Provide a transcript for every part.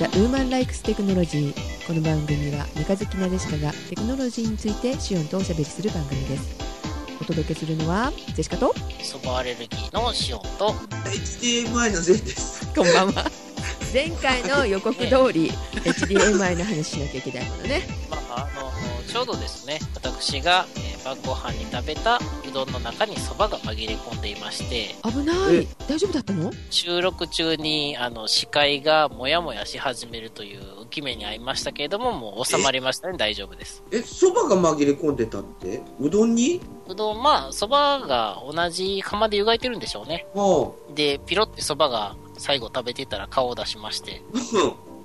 ウーマンライクステクノロジーこの番組は三日月なでしかがテクノロジーについてシオンとおしゃべりする番組ですお届けするのはジェシカとそばアレルギーの塩と HDMI の善です。こんばんは前回の予告通り HDMI の話しなきゃいけないものねまあ、あのちょうどですね私が、えー晩ご飯に食べたうどんの中にそばが紛れ込んでいまして危ないえ大丈夫だったの収録中にあの視界がモヤモヤし始めるという浮き目に遭いましたけれどももう収まりましたね大丈夫ですえ、そばが紛れ込んでたってうどんにうどんまあそばが同じ釜で湯がいてるんでしょうねはでピロってそばが最後食べてたら顔を出しまして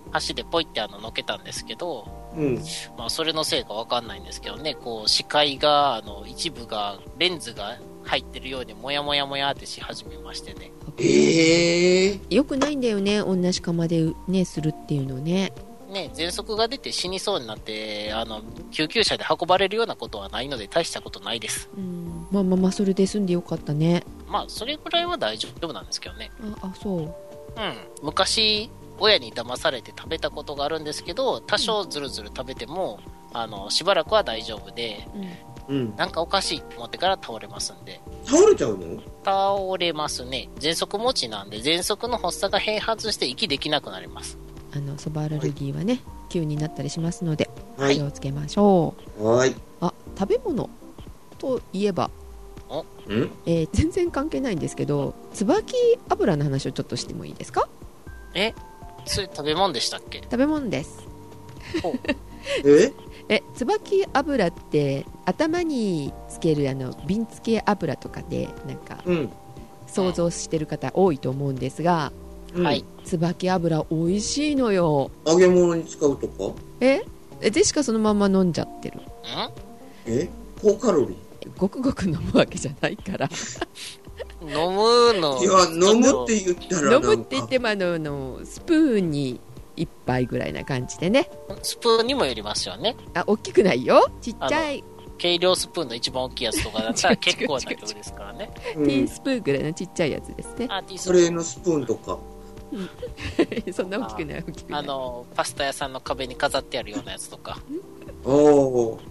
箸でポイってあののけたんですけどあ。うん。まあ、それのせいかわかんないんですけどね、こう、視界が、あの、一部が、レンズが入ってるように、もやもやもやってし始めましてね。ええよくないんだよね同じ釜でねするっていうのねね、喘息が出て死にそうになって、あの、救急車で運ばれるようなことはないので、大したことないです。うんまあまあまあそれで済んでよかったねまあ、それぐらいは大丈夫なんですけどね。ああそううん。昔、親に騙されて食べたことがあるんですけど、多少ズルズル食べても、あの、しばらくは大丈夫で、うんうん。なんかおかしいと思ってから倒れますんで。倒れちゃうの倒れますね喘息持ちなんで喘息の発作が併発して息できなくなりますあのそばアレルギーはね急になったりしますのでは気い。をつけましょう、はーあ食べ物といえば、い。んえー 全然関係ないんですけど椿油の話をちょっとしてもいいですかそれ食べ物でしたっけ食べ物ですええ椿油って頭につけるあの瓶付け油とかでなんかうん。想像してる方多いと思うんですがうんはい。椿油美味しいのよ揚げ物に使うとかええジェシカそのまま飲んじゃってるえ高カロリごくごく飲むわけじゃないからん飲むのー。いや、飲むって言ったらな飲んか。むって言ってもあのあのスプーンに1杯ぐらいな感じでねスプーンにもよりますよねあ大きくないよちっちゃい軽量スプーンの一番大きいやつとかだ ったら結構な量ですからねティーうん。スプーンぐらいのちっちゃいやつ ですねあティースそプーれンのスプーンとか。そんな大きくない大きくなあいのパスタ屋さんの壁に飾ってあるようなやつとかああ。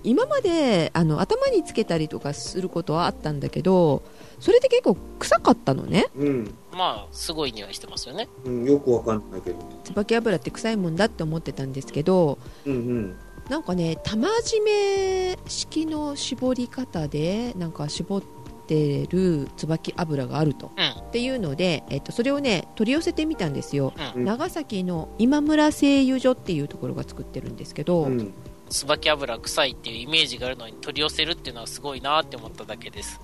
今まであの頭につけたりとかすることはあったんだけどそれで結構臭かったのねうん。まあすごい匂いしてますよねうん。よくわかんないけど。椿油って臭いもんだって思ってたんですけどうんうん。なんかね玉締め式の絞り方でなんか絞ってる椿油があると、うんっていうので、えっと、それをね取り寄せてみたんですよ、うん長崎の今村製油所っていうところが作ってるんですけど、うん。椿油臭いっていうイメージがあるのに取り寄せるっていうのはすごいなって思っただけです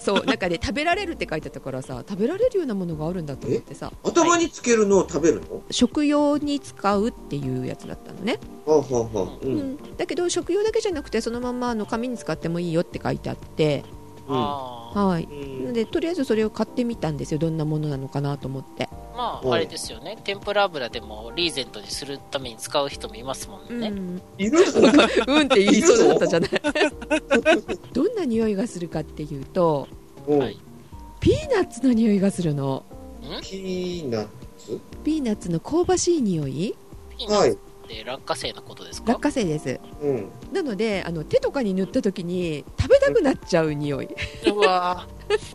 そうなんかね食べられるって書いてあったからさ食べられるようなものがあるんだと思ってさ頭につけるのを食べるの食用に使うっていうやつだったのね、はあはあはあ。う。うんんだけど食用だけじゃなくてそのままあの紙に使ってもいいよって書いてあってうんああはい。うんなのでとりあえずそれを買ってみたんですよどんなものなのかなと思って、まああれですよね天ぷら油でもリーゼントにするために使う人もいますもんね、うん、いるのうんって言いそうだったじ ゃないどんな匂いがするかっていうとうんはいピーナッツの匂いがするのピーナッツピーナッツの香ばしい匂いピーナはッいツ。って落花生のことですか落花生ですうん。なのであの手とかに塗った時に食べたくなっちゃう匂いうわ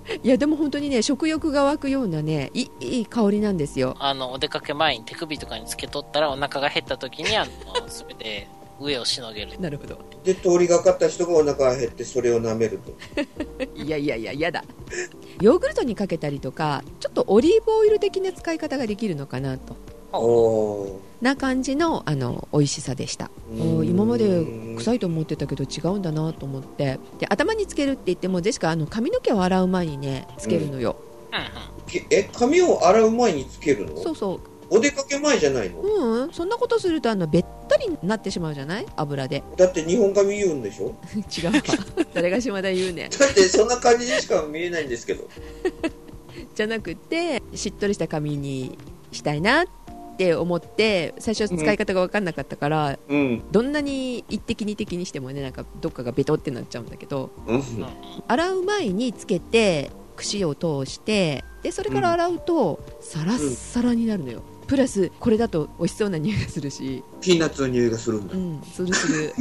ーいやでも本当にね食欲が湧くようなねいいいい香りなんですよ あのお出かけ前に手首とかにつけとったらお腹が減った時にあの 全て上をしのげるなるほどで、通りがかった人がお腹が減って、それを舐めると。いやいやいややだヨーグルトにかけたりとかちょっとオリーブオイル的な使い方ができるのかなとおな感じのあの美味しさでしたおー今まで臭いと思ってたけど違うんだなと思ってで頭につけるって言ってもジェシカあの髪の毛を洗う前にねつけるのよ、うんけえ、髪を洗う前につけるのそうそお出かけ前じゃないのううん、そんなことするとあのべったりになってしまうじゃない油でだって日本髪言うんでしょ 違 うわ誰が島田言うねんだってそんな感じでしか見えないんですけど。じゃなくてしっとりした髪にしたいなって思って最初は使い方が分かんなかったから、うん。どんなに一滴二滴にしてもねなんかどっかがベトってなっちゃうんだけどうん。うんうん洗う前につけて串を通してでそれから洗うと、サラッサラになるのよ、プラスこれだと美味しそうな匂いがするし、ピーナッツの匂いがするんだう。ん、するする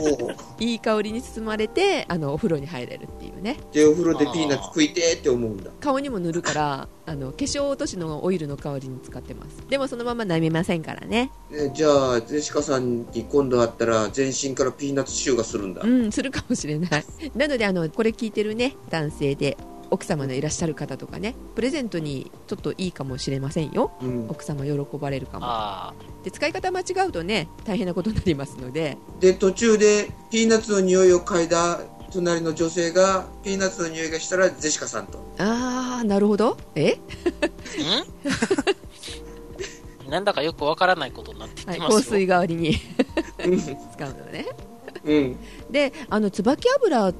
おお。いい香りに包まれてあのお風呂に入れるっていうねで、お風呂でピーナッツ食いてーって思うんだ。顔にも塗るからあの化粧落としのオイルの代わりに使ってますでもそのまま舐めませんからねえじゃあ、ジェシカさんに今度会ったら、全身からピーナッツ臭がするんだう。んするかもしれない なのであのこれ聞いてるね男性で奥様のいらっしゃる方とかねプレゼントにちょっといいかもしれませんようん。奥様喜ばれるかもあで使い方間違うとね大変なことになりますのでで、途中で、ピーナッツの匂いを嗅いだ隣の女性が、ピーナッツの匂いがしたら、ジェシカさんと。ああなるほどえあ。ん なんだかよくわからないことになってきはまい、すよ。香水代わりに うん。使うのねうん。であの椿油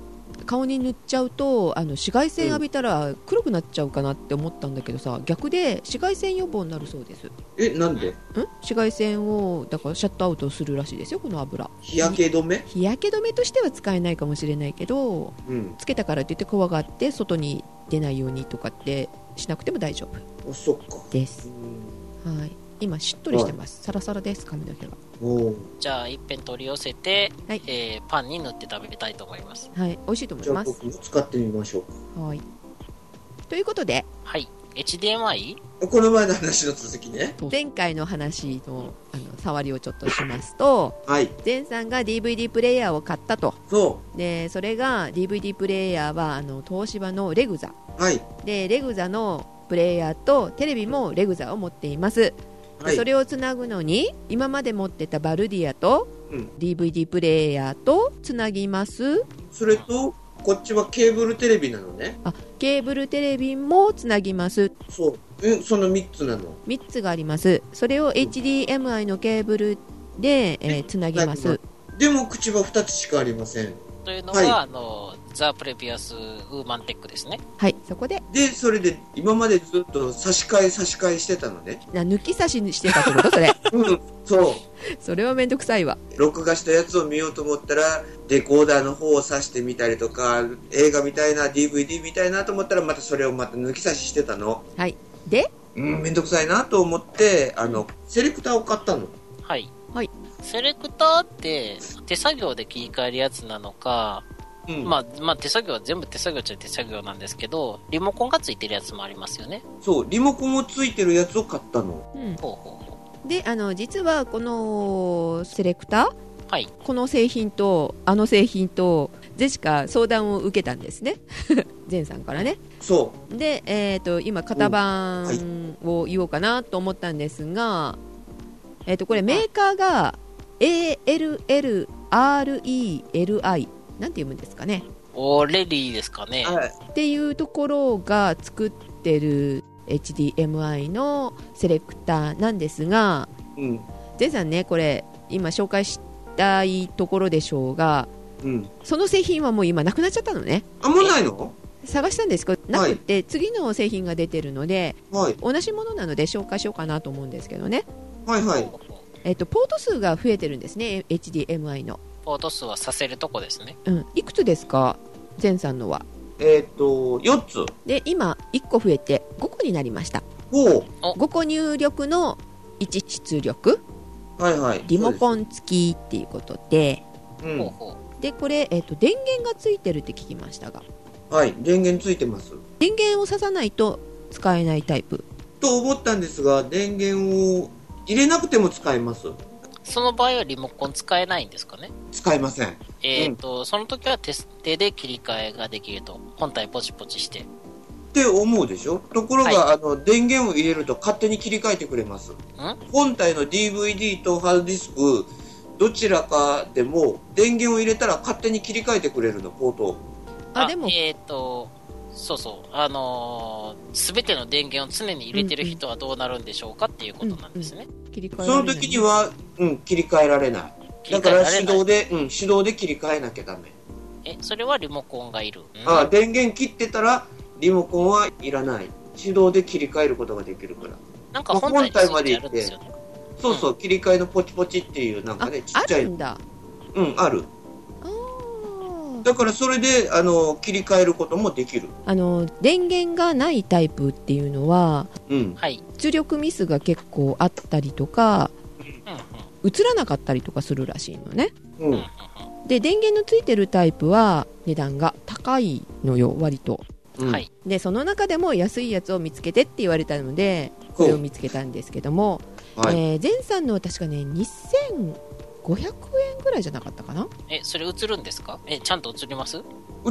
顔に塗っちゃうとあの紫外線浴びたら黒くなっちゃうかなって思ったんだけどさ逆で紫外線予防になるそうですんえ、なんで紫外線をだからシャットアウトするらしいですよこの油日焼け止め日焼け止めとしては使えないかもしれないけどうん。つけたからといって怖がって外に出ないようにとかってしなくても大丈夫あ、そっか。ですうんはい今しっとりしてます、サラサラです髪の毛がおうじゃあ、一遍取り寄せて、はいえーパンに塗って食べたいと思います。はい美味しいと思いじゃあます僕も使ってみましょうはいということではい。HDMI? かこの前の話の続きね前回の話のあの触りをちょっとしますとはい前さんが DVD プレイヤーを買ったとそでそれが DVD プレイヤーはあの東芝のレグザうはいでレグザのプレイヤーとテレビもレグザを持っています、はいそれをつなぐのに今まで持ってたバルディアとうん DVD プレイヤーとつなぎますそれとこっちはケーブルテレビなのねケーブルテレビもつなぎますそうえその3つなの3つがありますそれを HDMI のケーブルで、えーつなぎますでも口は2つしかありませんというのはいは、あの、ザ・プレビアス・ウーマンテックですね。はいそこででそれで今までずっと差し替え差し替えしてたのねな抜き差しにしてたってことそ れうんそうそれはめんどくさいわ録画したやつを見ようと思ったらデコーダーの方を挿してみたりとか映画みたいな DVD みたいなと思ったらまたそれをまた抜き差ししてたのはいでうんめんどくさいなと思ってあのセレクターを買ったのはい。はいセレクターって、手作業で切り替えるやつなのか、うんまあ、まあ、手作業は全部手作業っちゃ手作業なんですけど、リモコンがついてるやつもありますよね。そう、リモコンもついてるやつを買ったの。うんほうほうほであの実はこのセレクターう。はい。この製品とあの製品とジェシカ相談を受けたんですね 前さんからねそで、えー、と今型番を言おうかなと思ったんですが、えー、とこれメーカーが ALLRELI なんて読むんですかねオレリーですかねう。。はい。っていうところが作ってる HDMI のセレクターなんですがうん。ジェイさんねこれ今紹介したいところでしょうがうん。その製品はもう今なくなっちゃったのねあ、もうないの探したんですけどなくって次の製品が出てるのではい。同じものなので紹介しようかなと思うんですけどね、はいはい。ほうほうえっと、ポート数が増えてるんですね HDMI の、ポート数はさせるとこですね。うん、いくつですかジェンさんのはえっ、と、4つ。で今1個増えて5個になりましたほう。 5個入力の1出力はいはい。リモコン。ン付きっていうことでう。ほうんほう。でこれ、えっと電源がついてるって聞きましたがはい。電源ついてます。電源を挿さないと使えないタイプと思ったんですが、電源を入れなくても使えます。その場合はリモコン使えないんですかね。使えません。えっ、と、その時は手す手で切り替えができると。本体ポチポチして。って思うでしょところが、はあの、電源を入れると勝手に切り替えてくれます。本体の DVD とハードディスク、どちらかでも、電源を入れたら勝手に切り替えてくれるの、ポートを。あでもえっ、と、そうそう。あのすべての電源を常に入れてる人はどうなるんでしょうかっていうことなんですね。切り替えられそないの時には、うん、切り替えられない。切りだ替かえらられ手ない動で、うん、手動で切り替えなきゃダメ。え、それはリモコンがいる。うんあ、電源切ってたら、リモコンはいらない。手動で切り替えることができるから。なんか本体に本体までついてあるんですよね。そうそう、切り替えのポチポチっていう、なんあかね、ちっあちゃるい。んだうん、ある。あーだからそれであの切り替えることもできる。あの電源がないタイプっていうのはうん。はい。出力ミスが結構あったりとかうんうん映らなかったりとかするらしいのねううんうんん。で電源のついてるタイプは値段が高いのよ割とうんはい。でその中でも安いやつを見つけてって言われたのでこれを見つけたんですけども、うん。はい。えー前さんのは確かね2500円ぐらいじゃなかったかなえ、それ映るんですかえ、ちゃんと映ります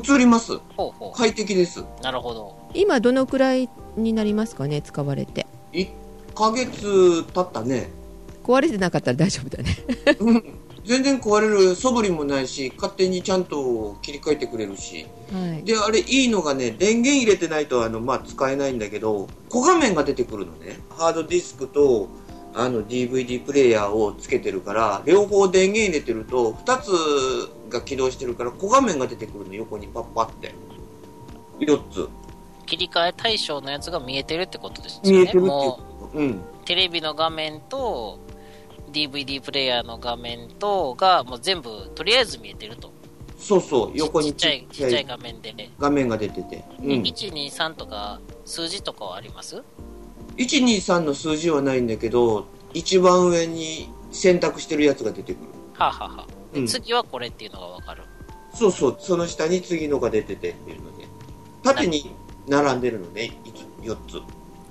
映ります。ほうほ快適です。う。なるほど。今どのくらいになりますかね使われて1ヶ月経ったね。 壊れてなかったら大丈夫だねうん全然壊れる素振りもないし、勝手にちゃんと切り替えてくれるし。 はいで、あれいいのがね、電源入れてないとあの、まあ、使えないんだけど、小画面が出てくるのね。ハードディスクと、あの DVD プレイヤーをつけてるから、両方電源入れてると、2つが起動してるから、小画面が出てくるの、横にパッパって。4つ。切り替え対象のやつが見えてるってことですよね。見えてるっていうもこと。うん。う、テレビの画面と、DVD プレイヤーの画面とが、もう全部、とりあえず見えてると。そうそう、横にちっちゃい、ちっちゃい画面でね。画面が出てて。うえん。 123とか数字とかはあります123の数字はないんだけど一番上に選択してるやつが出てくはあ、はあはあ、でうん次はこれっていうのがわかるるそうそうその下に次のが出ててっていうので縦に並んでるのね4つ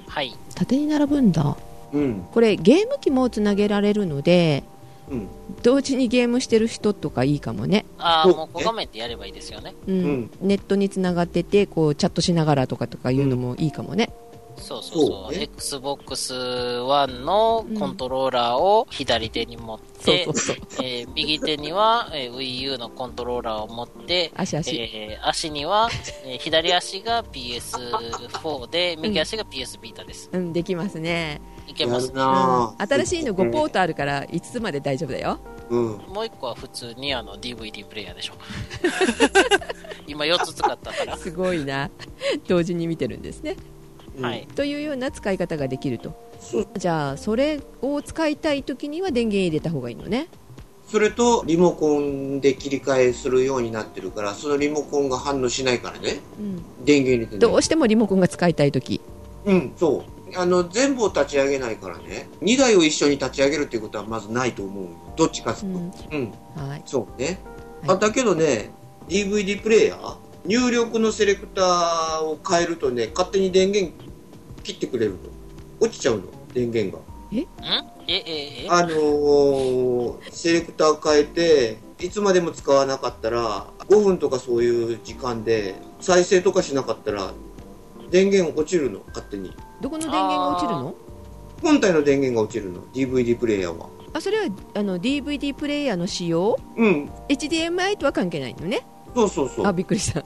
はい縦に並ぶんだうんこれゲーム機もつなげられるのでうん同時にゲームしてる人とかいいかもね、ああそうもう小画面ってやればいいですよねうんうんネットにつながっててこうチャットしながらとかとかいうのもいいかもね、そうそうそうそうね XBOX1 のコントローラーを左手に持って、そう そうそうえー右手には、えー WiiU のコントローラーを持って足足、えー足には、えー左足が PS4 で右足が PS ビータです、うんできますね、いけやまするねなうん新しいの5ポートあるから5つまで大丈夫だようんもう一個は普通にあの DVD プレイヤーでしょ 今4つ使ったからすごいな 同時に見てるんですねうんはい。というような使い方ができるとそうじゃあそれを使いたい時には電源入れた方がいいのねそれとリモコンで切り替えするようになってるからそのリモコンが反応しないからねうん電源入れてどねうしてもリモコンが使いたい時うんそうあの全部を立ち上げないからね2台を一緒に立ち上げるっていうことはまずないと思うどっちかっつううとんうんはいそうね、はいあだけどね DVD プレイヤー入力のセレクターを変えるとね勝手に電源切ってくれるの落ちちゃうの電源がんえええあのー、セレクター変えていつまでも使わなかったら5分とかそういう時間で再生とかしなかったら電源落ちるの勝手にどこの電源が落ちるの本体の電源が落ちるの DVD プレイヤーはあそれはあの DVD プレイヤーの仕様うん HDMI とは関係ないのねそうそうそあうびっくりしたい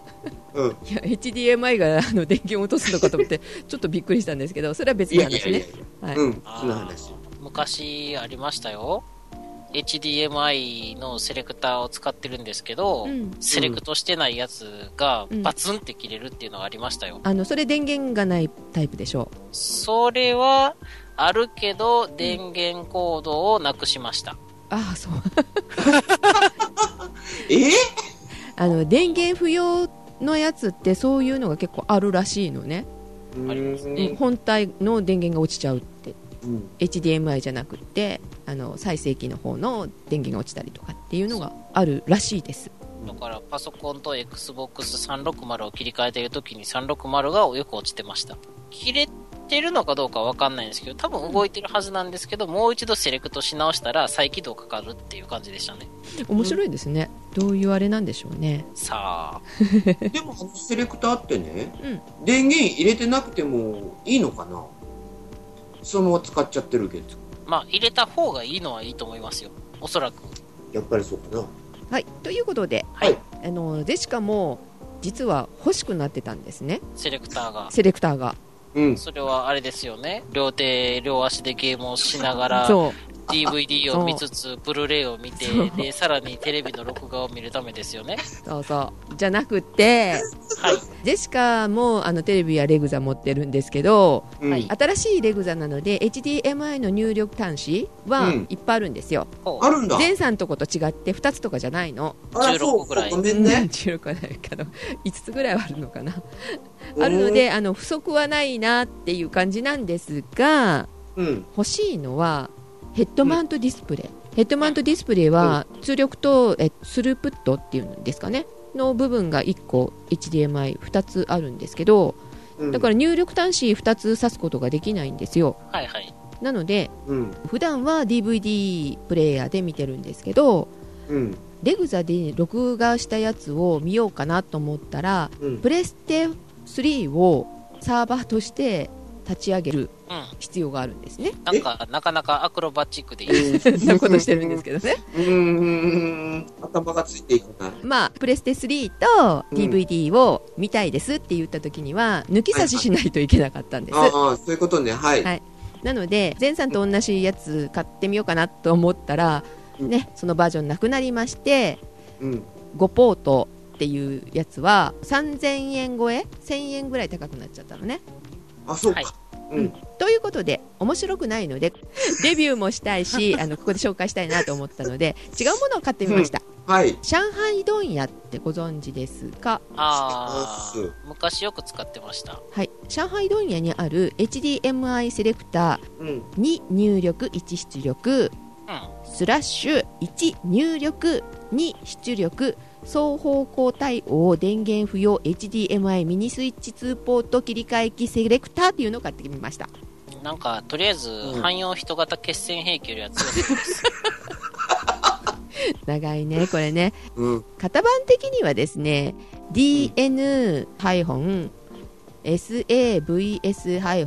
うんや HDMI があの電源を落とすのかと思って ちょっとびっくりしたんですけどそれは別いのやいや話いやいねや、はいうんあーその話昔ありましたよ HDMI のセレクターを使ってるんですけど、うんセレクトしてないやつがうんバツンって切れるっていうのがありましたよ、あのそれ電源がないタイプでしょそれはあるけど電源コードをなくしました、うああそうえーあの電源不要のやつってそういうのが結構あるらしいのね、うありますんね本体の電源が落ちちゃうってうん、 HDMI じゃなくってあの再生機の方の電源が落ちたりとかっていうのがあるらしいですだからパソコンと XBOX360 を切り替えてる時に360がよく落ちてました切れてるのかどうかわかんないんですけど多分動いてるはずなんですけど、もう一度セレクトし直したら再起動かかるっていう感じでしたね面白いですね、どういうあれなんでしょうねさあでもあのセレクターってね、う電源入れてなくてもいいのかなそのまま使っちゃってるけどまあ入れた方がいいのはいいと思いますよおそらくやっぱりそうかなはいということではい、はいあのジェシカも実は欲しくなってたんですねセレクターがセレクターがうん それはあれですよね両手両足でゲームをしながらそ DVD を見つつ、ブルーレイを見て、で、さらにテレビの録画を見るためですよね。そうそうじゃなくてはい。ジェシカもあのテレビやレグザ持ってるんですけどうんはい新しいレグザなので HDMI の入力端子はうんいっぱいあるんですよ、ほあるんだ。前さんとこと違って2つとかじゃないのあら、 16そうぐらか、いごめんね。 16はないけど5つぐらいはあるのかなあるのであの不足はないなっていう感じなんですがうん、うん。欲しいのはヘッドマウントディスプレイ、ヘッドマウントディスプレイは通力とえスループットっていうんですかねの部分が1個 HDMI2 つあるんですけどうん。だから入力端子2つ挿すことができないんですようはいはい。なのでうん。普段は DVD プレイヤーで見てるんですけどうん。レグザで録画したやつを見ようかなと思ったらうん。プレステ3をサーバーとして立ち上げるう必要があるんです ね。ん。なんか、なかなかアクロバチックでいいです。うんそんなことしてるんですけどね。うーん。頭がついていかない。まあ、プレステ3とうん DVD を見たいですって言った時には、抜き差ししないといけなかったんです。ああ、そういうことね。はい。はいなので、前さんと同じやつ買ってみようかなと思ったら、うんね、そのバージョンなくなりまして、うん。 5ポートっていうやつは、3000円超え ?1000 円ぐらい高くなっちゃったのね。あ、そうか。はいうん。ということで面白くないの でデビューもしたいしあのここで紹介したいなと思ったので違うものを買ってみました、はい。上海問屋ってご存知ですかあそうっあ、昔よく使ってました。はい上海問屋にある HDMI セレクタうん。ー2入力1出力うん。スラッシュ1入力2出力双方向対応電源不要 HDMI ミニスイッチ2ポート切り替え機セレクターっていうのを買ってみましたなんか、とりあえず、うん汎用人型決戦兵器よりは強いです。長いねこれねうん。型番的にはですね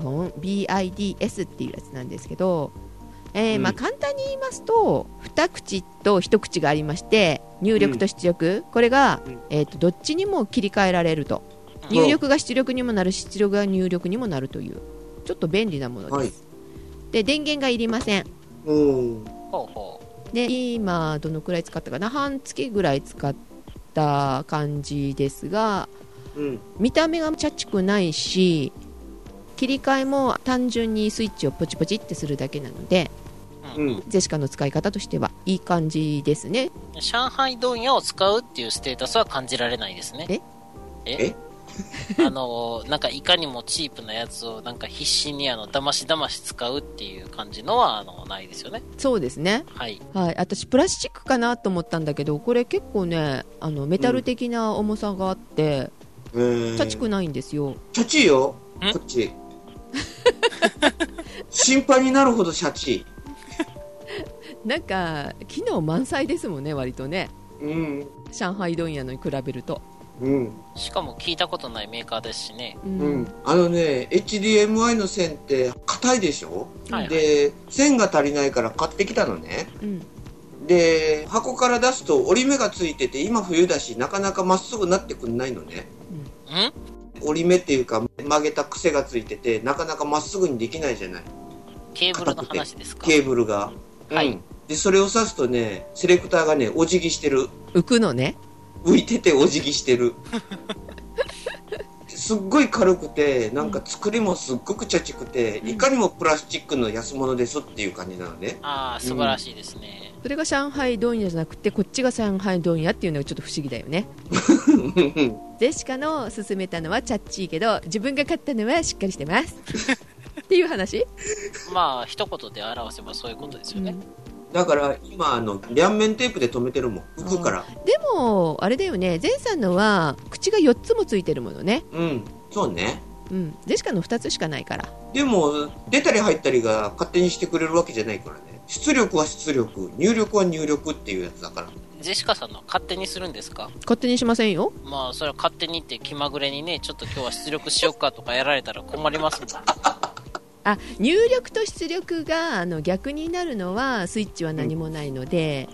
DN-SAVS-BIDS っていうやつなんですけど、えーうんまあ、簡単に言いますと2口と1口がありまして入力と出力、これがうん、えー、とどっちにも切り替えられるとうん入力が出力にもなるし出力が入力にもなるというちょっと便利なものです、はいで電源がいりませんうん。ほうほう。で今どのくらい使ったかな半月ぐらい使った感じですがうん。見た目がチャッチくないし切り替えも単純にスイッチをポチポチってするだけなのでうん。ジェシカの使い方としてはいい感じですね上海問屋を使うっていうステータスは感じられないですね。ええ あのー、なんかいかにもチープなやつをなんか必死にあの、だましだまし使うっていう感じのは、あの、ないですよね。そうですねはい。はい私プラスチックかなと思ったんだけどこれ結構ねあのメタル的な重さがあって、えーチャッチくないんですよシャチーよ。んこっち。 心配になるほどシャチなんか機能満載ですもんね割とねー。うん。上海問屋のに比べるとうん。しかも聞いたことないメーカーですしね。ううん。あのね、HDMI の線って硬いでしょはいはいで、線が足りないから買ってきたのね。うんで、箱から出すと折り目がついてて、今冬だし、なかなかまっすぐなってくんないのね。ん折り目っていうか曲げた癖がついててなかなかまっすぐにできないじゃないケーブルの話ですかケーブルが、はいうんでそれを刺すとねセレクターがねお辞儀してる浮くのね浮いててお辞儀して るすっごい軽くてなんか作りもすっごくちゃちくて、うんいかにもプラスチックの安物ですっていう感じなの ねああ、素晴らしいですね。それが上海問屋じゃなくてこっちが上海問屋っていうのがちょっと不思議だよねゼシカの勧めたのはチャッチーけど自分が買ったのはしっかりしてます っていう話、まあ、一言で表せばそういうことですよね。だから今あの両面テープで留めてるもん浮くからでもあれだよねゼンさんのは口が4つもついてるものね、うんそうねうん、ゼシカの2つしかないからでも出たり入ったりが勝手にしてくれるわけじゃないからね出力は出力入力は入力っていうやつだからジェシカさんの勝手にするんですか勝手にしませんよまあ、それは勝手にって気まぐれにね、ちょっと今日は出力しよっかとかやられたら困りますもん。あ入力と出力があの逆になるのはスイッチは何もないので、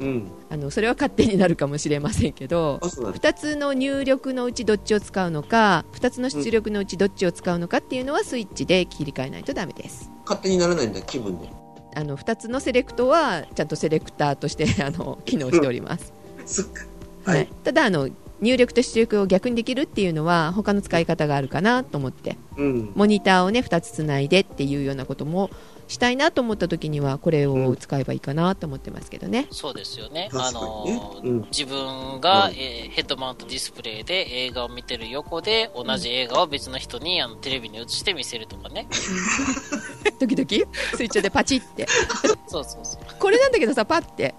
うんあのそれは勝手になるかもしれませんけどあそうだね2つの入力のうちどっちを使うのか2つの出力のうちどっちを使うのかっていうのはスイッチで切り替えないとダメです勝手にならないんだ気分であの2つのセレクトはちゃんとセレクターとして あの機能しております、そっか。はいただあの入力と出力を逆にできるっていうのは他の使い方があるかなと思ってうん。モニターをね2つつないでっていうようなこともしたいなと思った時にはこれを使えばいいかなと思ってますけどね、そうですよね。あ確かのにね。ーうん。自分が、うんえーヘッドマウントディスプレイで映画を見てる横で同じ映画を別の人にあのテレビに映して見せるとかねドキドキスイッチでパチってそうそうそうこれなんだけどさパって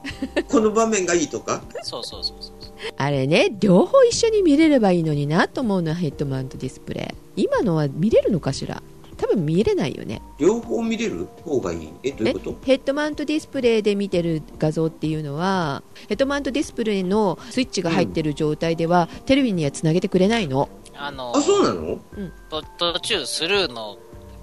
この場面がいいとか。そうそうそうそうあれね両方一緒に見れればいいのになと思うのはヘッドマウントディスプレイ今のは見れるのかしら多分見れないよね両方見れる方がいい。え、どういうことヘッドマウントディスプレイで見てる画像っていうのはヘッドマウントディスプレイのスイッチが入ってる状態では、テレビにはつなげてくれないのあのあ、そうなのと途中スルーの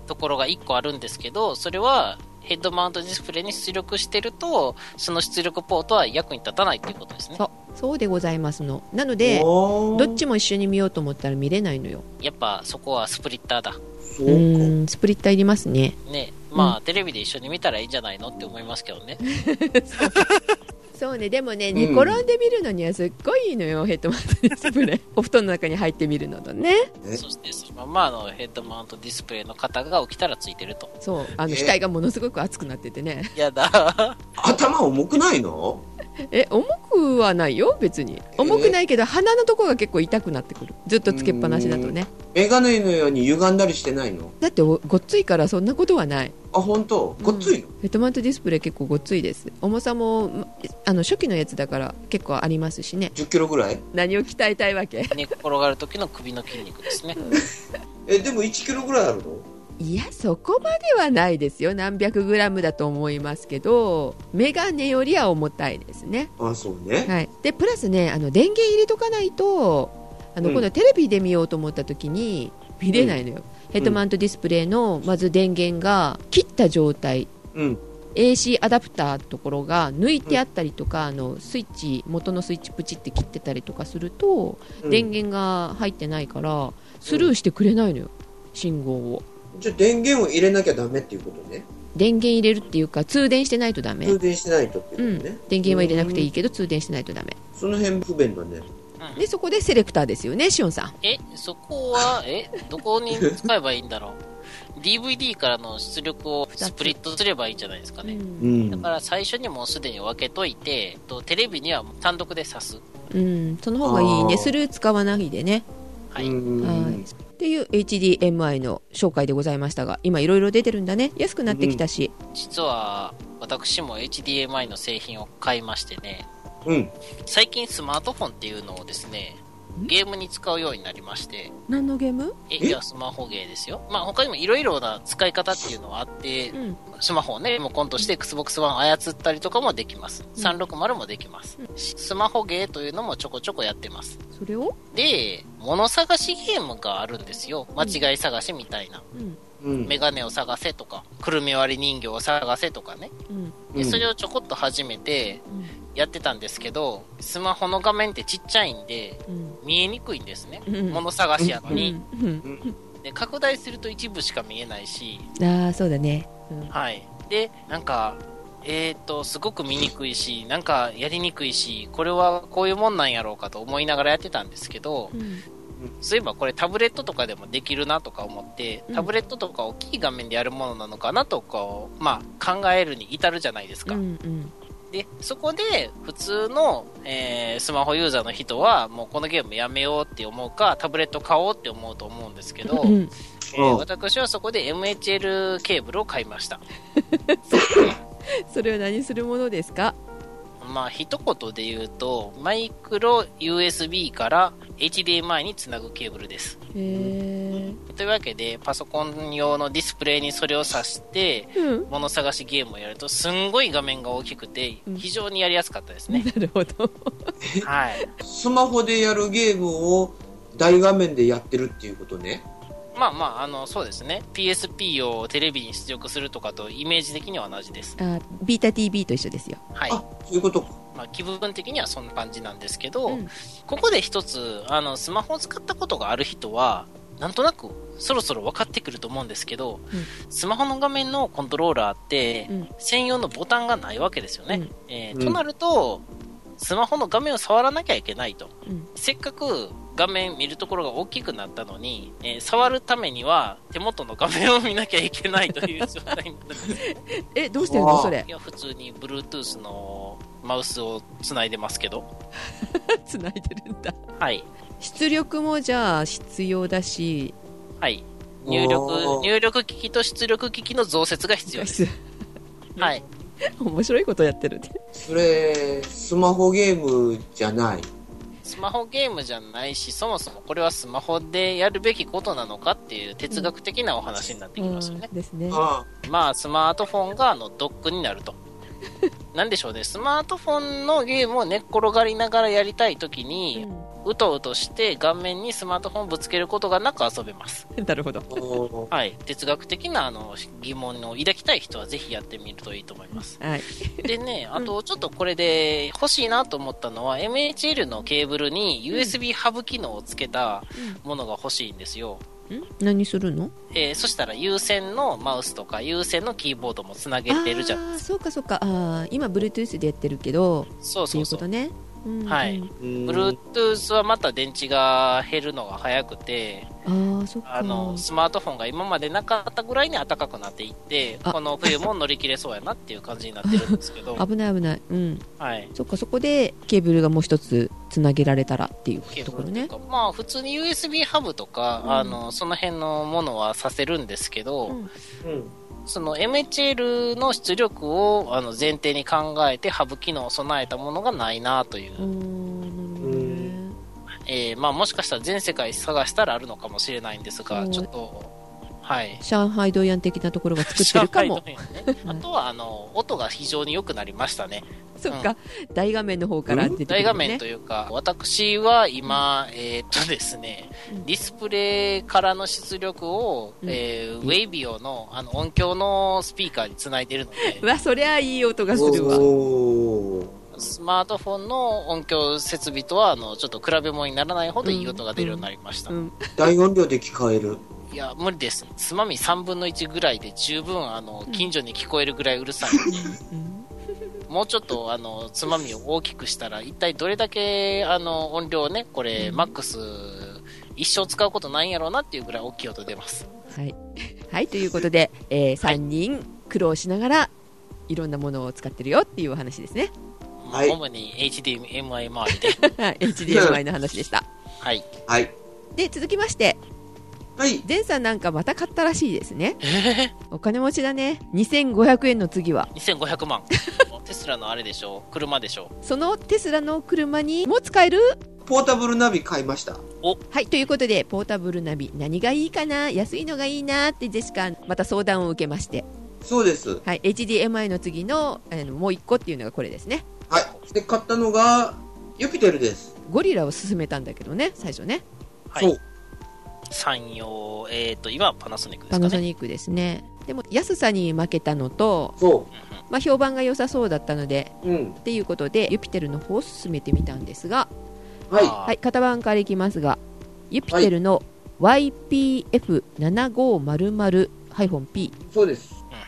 ところが1個あるんですけどそれはヘッドマウントディスプレイに出力してるとその出力ポートは役に立たないっていうことですねそうそうでございますのなのでどどっちも一緒に見ようと思ったら見れないのよやっぱそこはスプリッターだそううか。ーんスプリッターいりますねねまあ、テレビで一緒に見たらいいんじゃないのって思いますけどねそうねでもねん寝転んで見るのにはすっごいいいのよ、ヘッドマウントディスプレイ お布団の中に入ってみるのとねえそしてそのままあのヘッドマウントディスプレイの型が起きたらついてるとそうあのえ額がものすごく熱くなっててね やだ頭重くないのえ重くはないよ別に重くないけど鼻のとこが結構痛くなってくるずっとつけっぱなしだとねメガネのように歪んだりしてないのだっておごっついからそんなことはないあ、本当。うんごっついの、ヘッドマウントディスプレイ結構ごっついです重さもまあの初期のやつだから結構ありますしね ?10 キロぐらい何を鍛えたいわけ寝っ転がる時の首の筋肉ですねえ、でも1キロぐらいあるのいやそこまではないですよ何百グラムだと思いますけどメガネよりは重たいですねあ、そうね。はい、でプラスねあの電源入れとかないとあの、うん今度テレビで見ようと思った時に見れないのよ、ヘッドマウントディスプレイのまず電源が切った状態うん。 AC アダプターのところが抜いてあったりとか、あのスイッチ元のスイッチプチって切ってたりとかすると、うん電源が入ってないからスルーしてくれないのよ信号をじゃあ電源を入れなきゃダメっていうことね。電源入れるっていうか通電してないとダメ、充電してないとってういうんことね。電源は入れなくていいけど通電してないとダメその辺不便だね。でそこでセレクターですよねしおんさんえそこはえどこに使えばいいんだろう DVD からの出力をスプリットすればいいんじゃないですかね、んだから最初にもうすでに分けといてとテレビには単独で挿すうん、その方がいいねあースルー使わないでね、はい、うんはいっていう HDMI の紹介でございましたが今いろいろ出てるんだね安くなってきたし、実は私も HDMI の製品を買いましてねうん。最近スマートフォンっていうのをですねんゲームに使うようになりまして何のゲーム、ええいやスマホゲーですよまあ他にもいろいろな使い方っていうのはあってうん、スマホをね、リモコンとして Xbox One を操ったりとかもできます。うん360もできます。スマホゲーというのもちょこちょこやってます。それを、で、物探しゲームがあるんですよ。間違い探しみたいな。うんうん。メガネを探せとか、くるみ割り人形を探せとかね。うんで、それをちょこっと始めてやってたんですけど、スマホの画面ってちっちゃいんで、うん見えにくいんですね。うん物探しやのに。うんで、拡大すると一部しか見えないし、うん、ああそうだね、うんはい。で、なんか、えー、っと、すごく見にくいし、なんかやりにくいし、これはこういうもんなんやろうかと思いながらやってたんですけど、そういえばこれタブレットとかでもできるなとか思ってう、んタブレットとか大きい画面でやるものなのかなとかを、まあ、考えるに至るじゃないですうか。んうんで、そこで、普通の、えースマホユーザーの人は、もうこのゲームやめようって思うか、タブレット買おうって思うと思うんですけど、うんえーうん私はそこで MHL ケーブルを買いました。それは何するものですかまあ一言で言うと、マイクロ USB から HDMI につなぐケーブルです。へえ、というわけで、パソコン用のディスプレイにそれを挿して、うん、物探しゲームをやると、すんごい画面が大きくてうん、非常にやりやすかったで すなね。るほどはい。スマホでやるゲームを大画面でやってるっていうことね。まあまあ、あの、そうですね。PSP をテレビに出力するとかとイメージ的には同じです。あビータ TV と一緒ですよ、はい。あ、そういうことか。まあ、気分的にはそんな感じなんですけど、うんここで一つ、あの、スマホを使ったことがある人は、なんとなくそろそろ分かってくると思うんですけど、スマホの画面のコントローラーって、うん専用のボタンがないわけですよね。うんえーうんとなると、スマホの画面を触らなきゃいけないと。うんせっかく画面見るところが大きくなったのに、えー触るためには手元の画面を見なきゃいけないという状態になってえどうしてるのあーそれ いや普通に Bluetooth のマウスをつないでますけど、繋いでるんだはい、出力もじゃあ必要だしはい、入力おー入力機器と出力機器の増設が必要です。はい、 面白いことやってるねそれ、スマホゲームじゃない。スマホゲームじゃないし、そもそもこれはスマホでやるべきことなのかっていう哲学的なお話になってきますよね。うんですねあまあ、スマートフォンがあのドックになると。 なんでしょうね、スマートフォンのゲームを寝っ転がりながらやりたいときに、うとうとして顔面にスマートフォンをぶつけることがなく遊べます。うんなるほどあおーはい、哲学的なあの疑問を抱きたい人はぜひやってみるといいと思います。はいでね、あとちょっとこれで欲しいなと思ったのは、MHL のケーブルに USB ハブ機能をつけたものが欲しいんですよ。ん何するのえーそしたら有線のマウスとか有線のキーボードもつなげてるじゃん。あーそうかそうかあー今 Bluetooth でやってるけどそうってそいううそこうと。ねうんはいうん Bluetooth はまた電池が減るのが早くて、ああそっかあの、スマートフォンが今までなかったぐらいに暖かくなっていって、あこの冬も乗り切れそうやなっていう感じになってるんで すけど、危ない危ないうんはい。そっかそこでケーブルがもう一つつなげられたらっていうケーとブこルろといねうかまあ普通に USB ハブとか、うんあのその辺のものはさせるんですけど、うんうん。その MHL の出力をあの前提に考えてハブ機能を備えたものがないなという、うーんなるほどねえーまあ、もしかしたら全世界探したらあるのかもしれないんですが、うんちょっとはい上海ドイアン的なところが作ってるかも上海ドイツねあとはあの音が非常に良くなりましたねそっか大画面の方から出てくるね大画面というか、私は今、えーっとですねうん、ディスプレイからの出力を、うんえーウェイビオのあの音響のスピーカーにつないでるのでう、わそりゃいい音がするわおースマートフォンの音響設備とはあのちょっと比べ物にならないほどいい音が出るようになりました。うん大音量で聞かえる。いや、無理です。つまみ3分の1ぐらいで十分あのうん近所に聞こえるぐらいうるさい。うんもうちょっとあのつまみを大きくしたら一体どれだけあの音量をねこれうんマックス一生使うことないんやろうなっていうぐらい大きい音出ますはい、はい、ということで、え3人苦労しながらいろんなものを使ってるよっていうお話ですね まあはい主に HDMI 周りで HDMI の話でしたはいはい。で続きましてはい。前さんなんかまた買ったらしいですねえー、お金持ちだね2500円の次は2500万テスラのあれでしょ車でしょそのテスラの車にも使えるポータブルナビ買いました。はいということでポータブルナビ何がいいかな安いのがいいなってジェシカまた相談を受けまして、そうです。はい、HDMI の次のあのもう1個っていうのがこれですねはい。で、買ったのが、ユピテルです。ゴリラを勧めたんだけどね最初ねはいそう。山陽えっ、と今はパナソニックでパすかナソねニックですねでも安さに負けたのと、そまあ、評判が良さそうだったのでう。うん。っていうことでユピテルの方を進めてみたんですが、はい。あーはい、型番からいきますがユピテルの YPF7500-P そうです。うんうん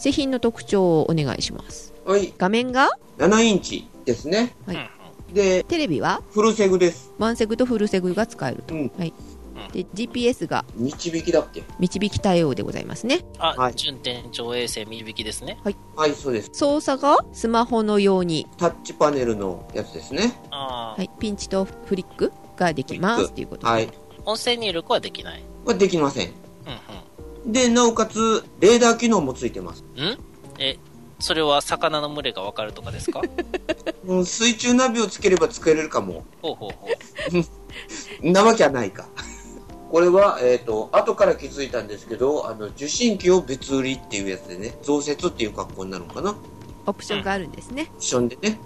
製品の特徴をお願いしますはい。画面が7インチですね。はいうんうんで、テレビはフルセグです。ワンセグとフルセグが使えると、うんはいうん、で GPS が導きだっけ導き対応でございますねあ、はい順天上衛星導きですねはい、そうです。操作がスマホのように、タッチパネルのやつですね。ああ、はい、ピンチとフリックができまフリッすクということで、はい。音声入力はできないはできません。うんうんで、なおかつ、レーダー機能もついてます。えそれは魚の群れがわかるとかですかうん、水中ナビをつければつけれるかも。ほうほうほうなわけはないか。 これは、えっ、と、後から気づいたんですけど、あの、受信機を別売りっていうやつでね、増設っていう格好になるのかな。オプションがあるんですね、オプションでね。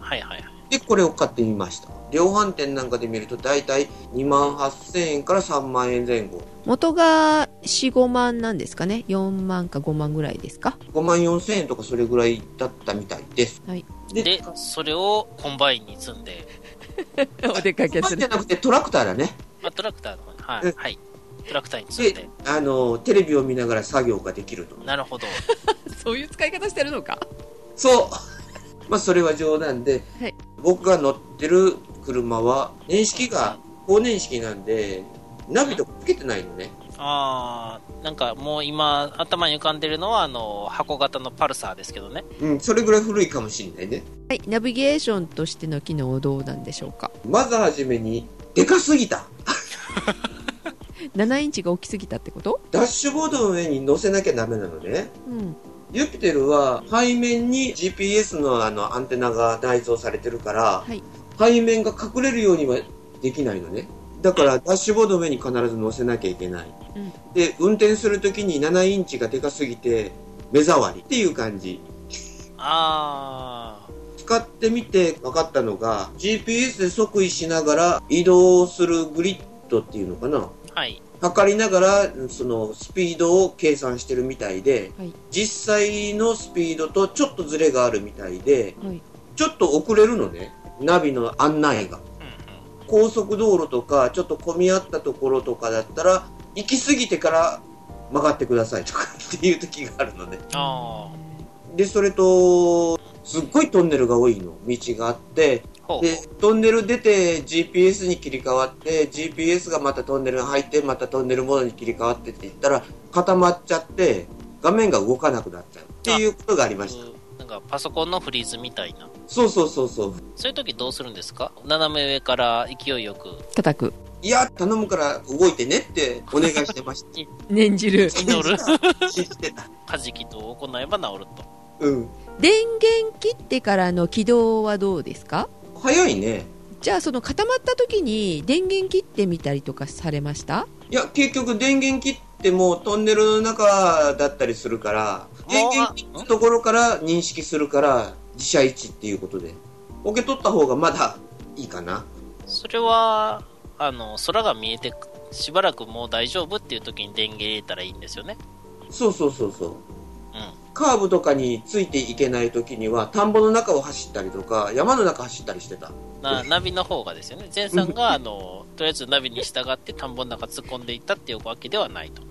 はいはいはいで、これを買ってみました。量販店なんかで見ると、だいたい2万8000円から3万円前後。元が45万なんですかね4万か5万ぐらいですか5万4000円とかそれぐらいだったみたいです。はいで、でそれをコンバインに積んで、 お出かけバスじゃなくてトラクターだね。まあ、トラクターの方にはうい、んはい、プラグタイについでて。、あの、テレビを見ながら作業ができると。なるほど。 そういう使い方してるのかそう。ま あ、それは冗談で、はい僕が乗ってる車は、年式が高年式なんで、ナビとかつけてないのね。 ああ、なんかもう今、頭に浮かんでるのは、あの、箱型のパルサーですけどね。うん、それぐらい古いかもしれないね。はいナビゲーションとしての機能どうなんでしょうかまずはじめに、でかすぎた。 7インチが大きすぎたってことダッシュボードの上に乗せなきゃダメなのね。うんユピテルは背面に GPS のあのアンテナが内蔵されてるから、はい背面が隠れるようにはできないのね。だからダッシュボードの上に必ず乗せなきゃいけない。うんで、運転するときに7インチがでかすぎて目障りっていう感じ。ああ、使ってみて分かったのが、GPS で即位しながら移動するグリッドっていうのかな。はい。測りながらそのスピードを計算してるみたいで、はい実際のスピードとちょっとずれがあるみたいではいちょっと遅れるのねナビの案内がうんうん。高速道路とかちょっと混み合ったところとかだったら行き過ぎてから曲がってくださいとかっていう時があるのねあでそれとすっごいトンネルが多いの道があってあ、ほうほう。でトンネル出て GPS に切り替わって GPS がまたトンネル入ってまたトンネルモードに切り替わってって言ったら固まっちゃって画面が動かなくなっちゃうっていうことがありましたなんかパソコンのフリーズみたいな。そうそうそうそうそういう時どうするんですか斜め上から勢いよく叩くいや頼むから動いてねってお願いしてまし念じるた祈る信じてたカジキと行えば治ると。 うん電源切ってからの起動はどうですか早いねじゃあその固まった時に電源切ってみたりとかされましたいや結局電源切ってもトンネルの中だったりするから電源切ったところから認識するから自社位置っていうことで受け取った方がまだいいかなそれは、あの、空が見えてく、しばらくもう大丈夫っていう時に電源入れたらいいんですよね。そうそうそうそう。うカーブとかについていけない時には、田んぼの中を走ったりとか、山の中走ったりしてた。ん。なナビの方がですよね。前さんが、あの、とりあえずナビに従って田んぼの中突っ込んでいったっていうわけではないと。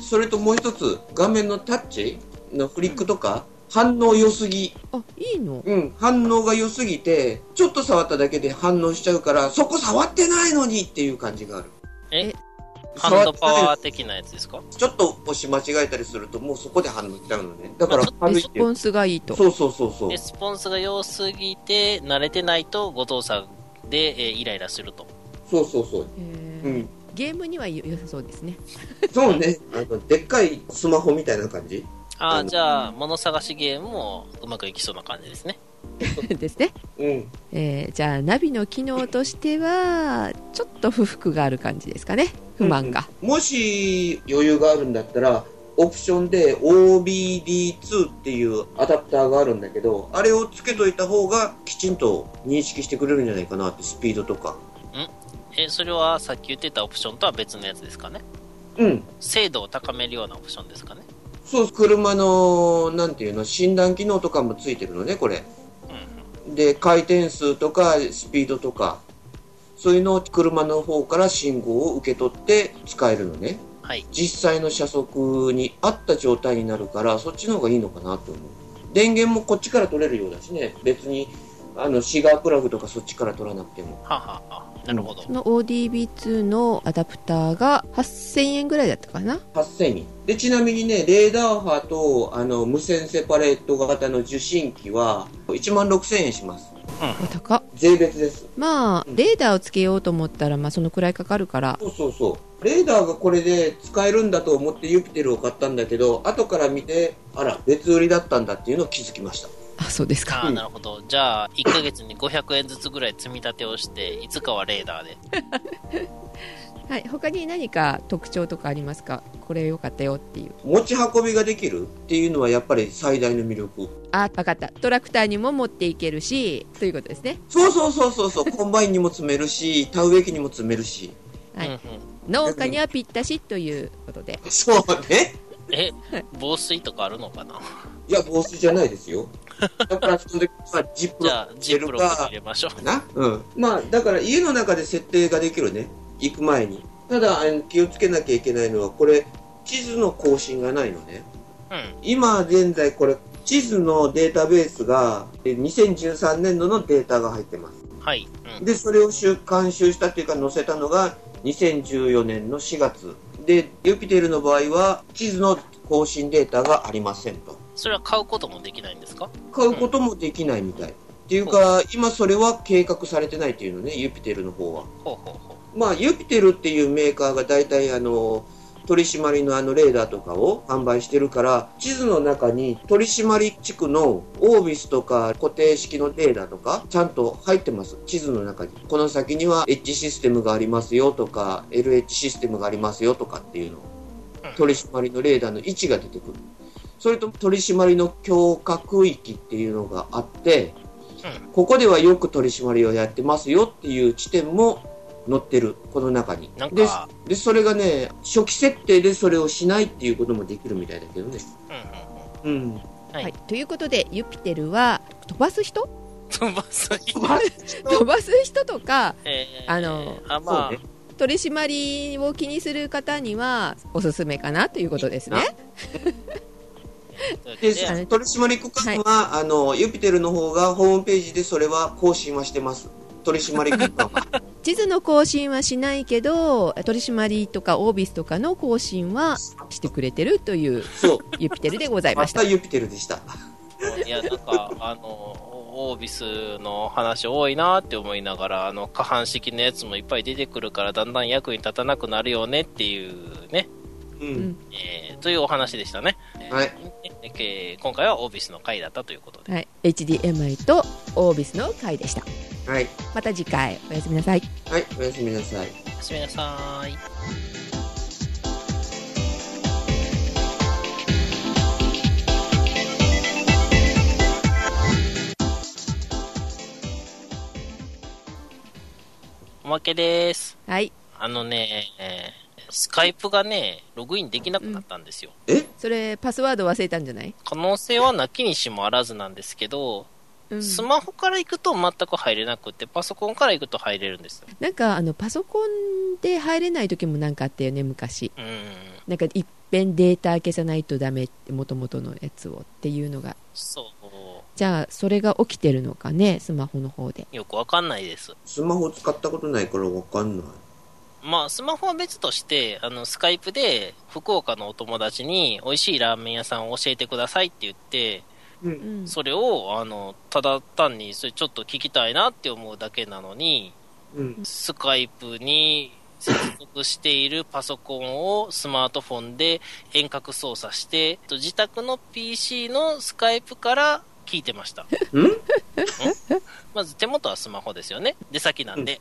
それともう一つ、画面のタッチのフリックとか、反応良すぎ。あいいのうん、反応が良すぎて、ちょっと触っただけで反応しちゃうから、そこ触ってないのにっていう感じがある。えハ触ンっドてパワー的なやつですかちょっと押し間違えたりすると、もうそこで反応しちゃうのね。だからまあ、軽レいっスていポう。ンスがいいとそうそうそうそうレ。スポンスが良すぎて、慣れてないと、後藤さんで、えーイライラすると。そうそうそう。へーうん。ゲームにはよ良さそうですねそうね。あの、でっかいスマホみたいな感じ。あうあ、んじゃあ、物探しゲームもうまくいきそうな感じですね。 ですね、うん。えーじゃあナビの機能としてはちょっと不服がある感じですかね不満が、もし余裕があるんだったら、オプションで OBD2 っていうアダプターがあるんだけど、あれをつけといた方がきちんと認識してくれるんじゃないかなって、スピードとか。えーそれはさっき言ってたオプションとは別のやつですかね。うん。精度を高めるようなオプションですかね。そう、車の、なんていうの、診断機能とかもついてるのね、これ。うんうん。で、回転数とか、スピードとか、そういうのを車の方から信号を受け取って使えるのね。はい。実際の車速に合った状態になるからそっちの方がいいのかなと思う電源もこっちから取れるようだしね別にあのシガープラグとかそっちから取らなくてもはあはあはあなるほど。その ODB2 のアダプターが8000円ぐらいだったかな8000人でちなみにねレーダー波とあの無線セパレート型の受信機は1万6000円しますお高っ税別ですまあうんレーダーをつけようと思ったら、まあ、そのくらいかかるからそうそうそうレーダーがこれで使えるんだと思ってユピテルを買ったんだけど後から見てあら別売りだったんだっていうのを気づきましたあそうですかああ、なるほど。じゃあ、1ヶ月に500円ずつぐらい積み立てをして、いつかはレーダーで。はい他に何か特徴とかありますかこれ良かったよっていう持ち運びができるっていうのはやっぱり最大の魅力あ分かったトラクターにも持っていけるしということですねそうそうそうそうそう、コンバインにも積めるし、田植え機にも積めるし。はいうんうん農家にはぴったしということでそうね。え、防水とかあるのかない や、防水じゃないですよ。だから、その時はジップじロゃあッ、クジップロックに入れましょう。な。うん。まあ、だから家の中で設定ができるね。行く前に。ただあの気をつけなきゃいけないのはこれ地図の更新がないのねうん。今現在これ地図のデータベースがえ2013年度のデータが入ってますはい。うん。でそれを収監修したというか載せたのが2014年の4月でユピテルの場合は地図の更新データがありませんとそれは買うこともできないんですか買うこともできないみたい、っていうか今それは計画されてないっていうのねユピテルの方はほうほうほまあ、ユピテルっていうメーカーが大体あの取り締まりのあのレーダーとかを販売してるから地図の中に取り締まり地区のオービスとか固定式のデータとかちゃんと入ってます地図の中にこの先には H システムがありますよとか LH システムがありますよとかっていうのをうん取り締まりのレーダーの位置が出てくるそれと取り締まりの強化区域っていうのがあってう。ここではよく取り締まりをやってますよっていう地点も載ってる、この中にうん。。なんでか、で、それがね、初期設定でそれをしないっていうこともできるみたいだけどね。うんうんうん。はいはい、ということでユピテルは飛ばす人うん。 飛ばす人。飛ばす人とかえー、あの、あ、まあ、そうね取り締まりを気にする方にはおすすめかなということですね。というわけで、であれ取締り区間は、あの、ユピテルの方がホームページでそれは更新はしてます。取締り区間 は。地図の更新はしないけど取り締まりとかオービスとかの更新はしてくれてるというそう。ユピテルでございまましたた。ユピテルでした。いや、なんか、あの、オービスの話多いなって思いながら、あの、下半式のやつもいっぱい出てくるから、だんだん役に立たなくなるよねっていうね、ううんん。えーというお話でしたね。はい。えーえー今回はオービスの回だったということで。はい、HDMI とオービスの回でした。はい。また次回おやすみなさい。はい。おやすみなさい。おやすみなさーい。おまけです。はい、あのね、えースカイプがね、ログインできなくなったんですよ。それパスワード忘れたんじゃない？可能性はなきにしもあらずなんですけど、うん、スマホから行くと全く入れなくて、パソコンから行くと入れるんですよ。なんかあのパソコンで入れない時もなんかあったよね昔。うーん、なんかいっぺんデータ消さないとダメって元々のやつをっていうのがそう、じゃあそれが起きてるのかねスマホの方で。よくわかんないです。スマホ使ったことないからわかんない。まあ、スマホは別として、あの、スカイプで、福岡のお友達に、美味しいラーメン屋さんを教えてくださいって言って、うんそれを、あの、ただ単に、それちょっと聞きたいなって思うだけなのに、うん。スカイプに接続しているパソコンをスマートフォンで遠隔操作して、と自宅の PC のスカイプから聞いてました。うんまず手元はスマホですよね。出先なんで。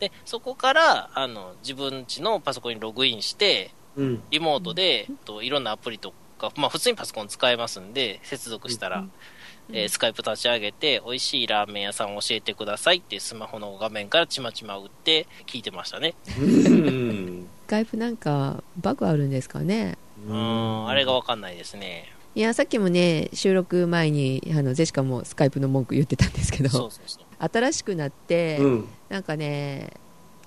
で、そこから、あの、自分家のパソコンにログインして、うん。リモートで、といろんなアプリとか、まあ普通にパソコン使えますんで、接続したら、えースカイプ立ち上げて、美味しいラーメン屋さんを教えてくださいってスマホの画面からちまちま打って聞いてましたね。うん。スカイプなんかバグあるんですかねうーん、あれがわかんないですね。いやさっきもね収録前にあのジェシカもスカイプの文句言ってたんですけそうどそうそう。新しくなって、うん。なんかね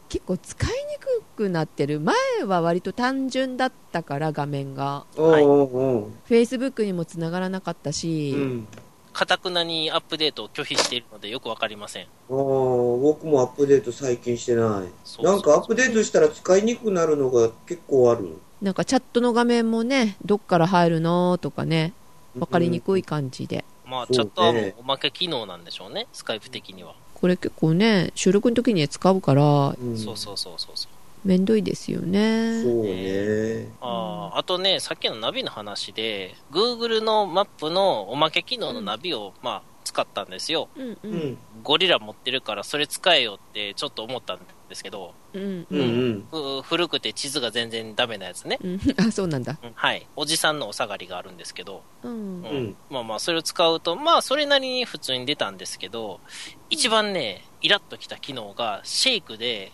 結構使いにくくなってる前は割と単純だったから画面がおーおーお Facebook にもつながらなかったし、ーうん。かたくなにアップデートを拒否しているのでよくわかりません。ああ、僕もアップデート最近してない。そうそうなんかアップデートしたら使いにくくなるのが結構ある。なんかチャットの画面もねどっから入るのとかね分かりにくい感じで、まあ、そうチャットはもうねおまけ機能なんでしょうね、スカイプ的には。これ結構ね収録の時に使うからうん。そうそうそうそうそう。めんどいですようん。ねそうね。あーあとね、さっきのナビの話で、Google のマップのおまけ機能のナビを、まあ、使ったんですよ。うんううんん。ゴリラ持ってるから、それ使えよってちょっと思ったんですけど、うんうんうふん。古くて地図が全然ダメなやつね。うん あそうなんだうんはい。おじさんのお下がりがあるんですけど、うんううんん、まあまあ、それを使うと、まあ、それなりに普通に出たんですけど、一番ね、イラッときた機能が、シェイクで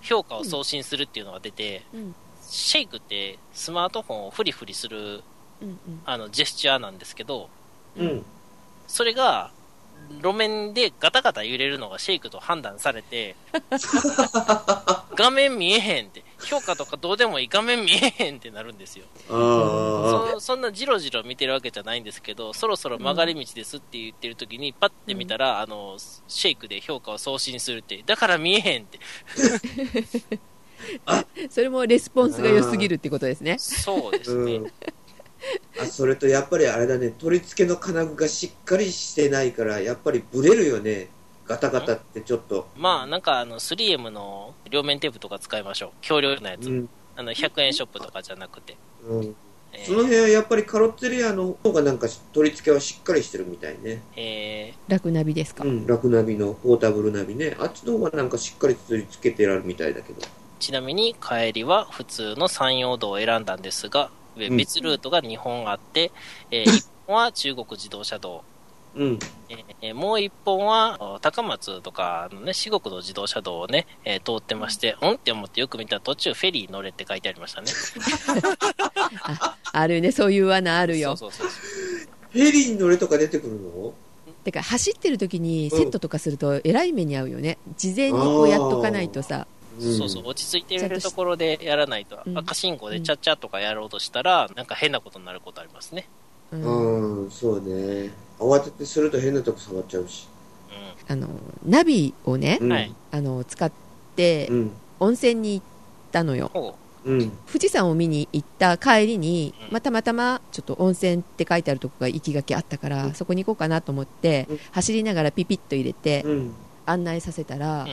評価を送信するっていうのが出て、うんシェイクってスマートフォンをフリフリするうんあのジェスチャーなんですけど、うん。それが、路面でガタガタ揺れるのがシェイクと判断されて、画面見えへんって、評価とかどうでもいい画面見えへんってなるんですよあそそんなじろじろ見てるわけじゃないんですけどそろそろ曲がり道ですって言ってる時にパッて見たら、あのシェイクで評価を送信するってだから見えへんってそれもレスポンスが良すぎるってことですね。そうであ、うすね、ん。あ、それとやっぱりあれだね、取り付けの金具がしっかりしてないから、やっぱりブレるよね。ガタガタってちょっと。まあなんかあの 3M の両面テープとか使いましょう強力なやつ、うん。あの100円ショップとかじゃなくて、うん。えーその辺はやっぱりカロッツェリアの方がなんか取り付けはしっかりしてるみたいね。え楽ナビですか。うん、楽ナビのポータブルナビね。あっちの方がなんかしっかり取り付けてあるみたいだけど。ーちなみに帰りは普通の山陽道を選んだんですがべうん別ルートが2本あって、え1 本は中国自動車道うん。えーもう1本はあ高松とかの、ね、四国の自動車道を、ねえー通ってまして、うんって思ってよく見たら途中フェリー乗れって書いてありましたね。あるね、そういう罠あるよ。そうそうそうそうフェリーに乗れとか出てくるのてか走ってる時にセットとかするとえらい目に遭うよね。事前にこうやっとかないとさ。そうそう落ち着いてるところでやらないと、うん赤信号でちゃっちゃとかやろうとしたら、なんか変なことになることありますね。うんうん。うん、そうね。慌ててすると変なとこ触っちゃうし。うあのナビをね、うん、はい。あの使ってうん。温泉に行ったのよ。ん。ほうん。富士山を見に行った帰りにうん、まあたまたまちょっと温泉って書いてあるとこが行きがけあったから、うんそこに行こうかなと思ってうん走りながらピピッと入れてうん。案内させたう。うらん、。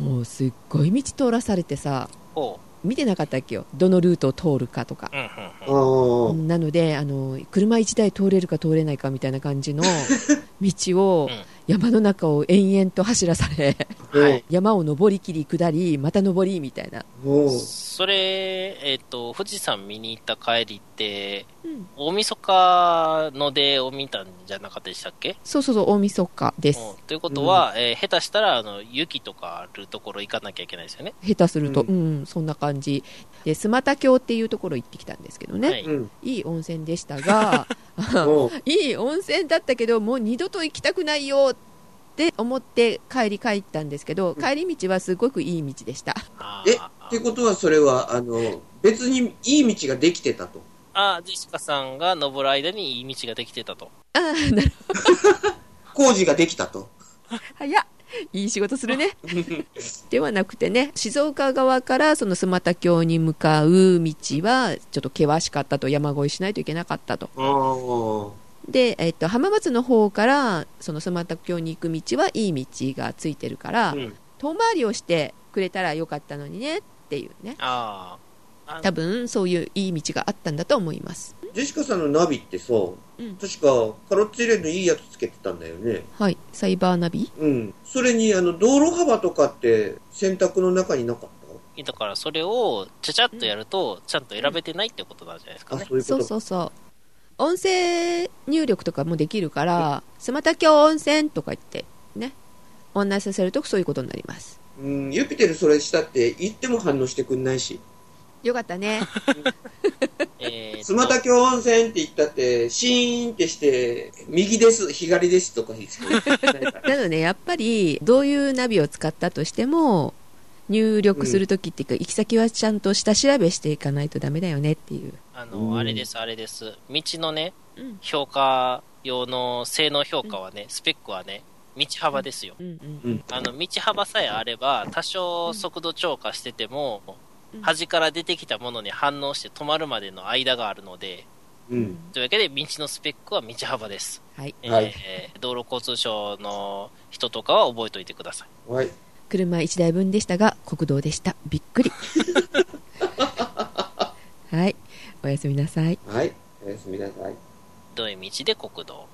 もうすっごい道通らされてさほ見てなかったっけよどのルートを通るかとかう。う。ん。うん。あうん。あ。なのであの車1台通れるか通れないかみたいな感じの道をうん山の中を延々と走らされはい。山を登りきり下りまた登りみたいな、もう、それ、えっ、と、富士山見に行った帰りって、うん大晦日の出を見たんじゃなかったでしたっけそうそうそう大晦日ですうんということは、えー下手したらあの雪とかあるところ行かなきゃいけないですよね。下手すると、ううんそんな感じで須磨田峡っていうところ行ってきたんですけどね、、はいい、うん。い温泉でしたがもう、いい温泉だったけどもう二度と行きたくないよって思って帰り帰ったんですけど帰り道はすごくいい道でしたあえーってことはそれは、あの、別にいい道ができてたと。あー、ジェシカさんが登る間にいい道ができてたと。ああなる工事ができたと。早っいい仕事するねではなくてね静岡側からその須磨田峡に向かう道はちょっと険しかったと山越えしないといけなかったとああ。で、えっと浜松の方からその須磨田峡に行く道はいい道がついてるから、うん。遠回りをしてくれたらよかったのにねっていうねああ。あ多分そういういい道があったんだと思いますジェシカさんのナビってさ、ん確かカロッツェレのいいやつつけてたんだよね。はいサイバーナビうん。それに、あの、道路幅とかって選択の中になかっだからそれをちゃちゃっとやると、ちゃんと選べてないってことなんじゃないですたかあ、ね。そういうこそとうそうそう音声入力とかもできるから「須磨田峡温泉」とか言ってね案内させるとそういうことになりますうん、ユピテルそれしたって言っても反応してくんないし。よかった ねえー須磨田京温泉って言ったって、シーンってして、右です、左ですとか言ってない から。なのでやっぱりどういうナビを使ったとしても入力するときっていうか、行き先はちゃんと下調べしていかないとダメだよねっていう、あうんの、あれです、あれです。道のね、評価用の性能評価はね、スペックはね、道幅ですよ。うんうんうん。あの、道幅さえあれば、多少速度超過しててもうん、端から出てきたものに反応して止まるまでの間があるので、うん。というわけで、道のスペックは道幅です。はい、えーはい道路交通省の人とかは覚えておいてください。はい。車1台分でしたが国道でしたびっ くりはいおやすみなさいはい。おやすみなさい。どういう道で国道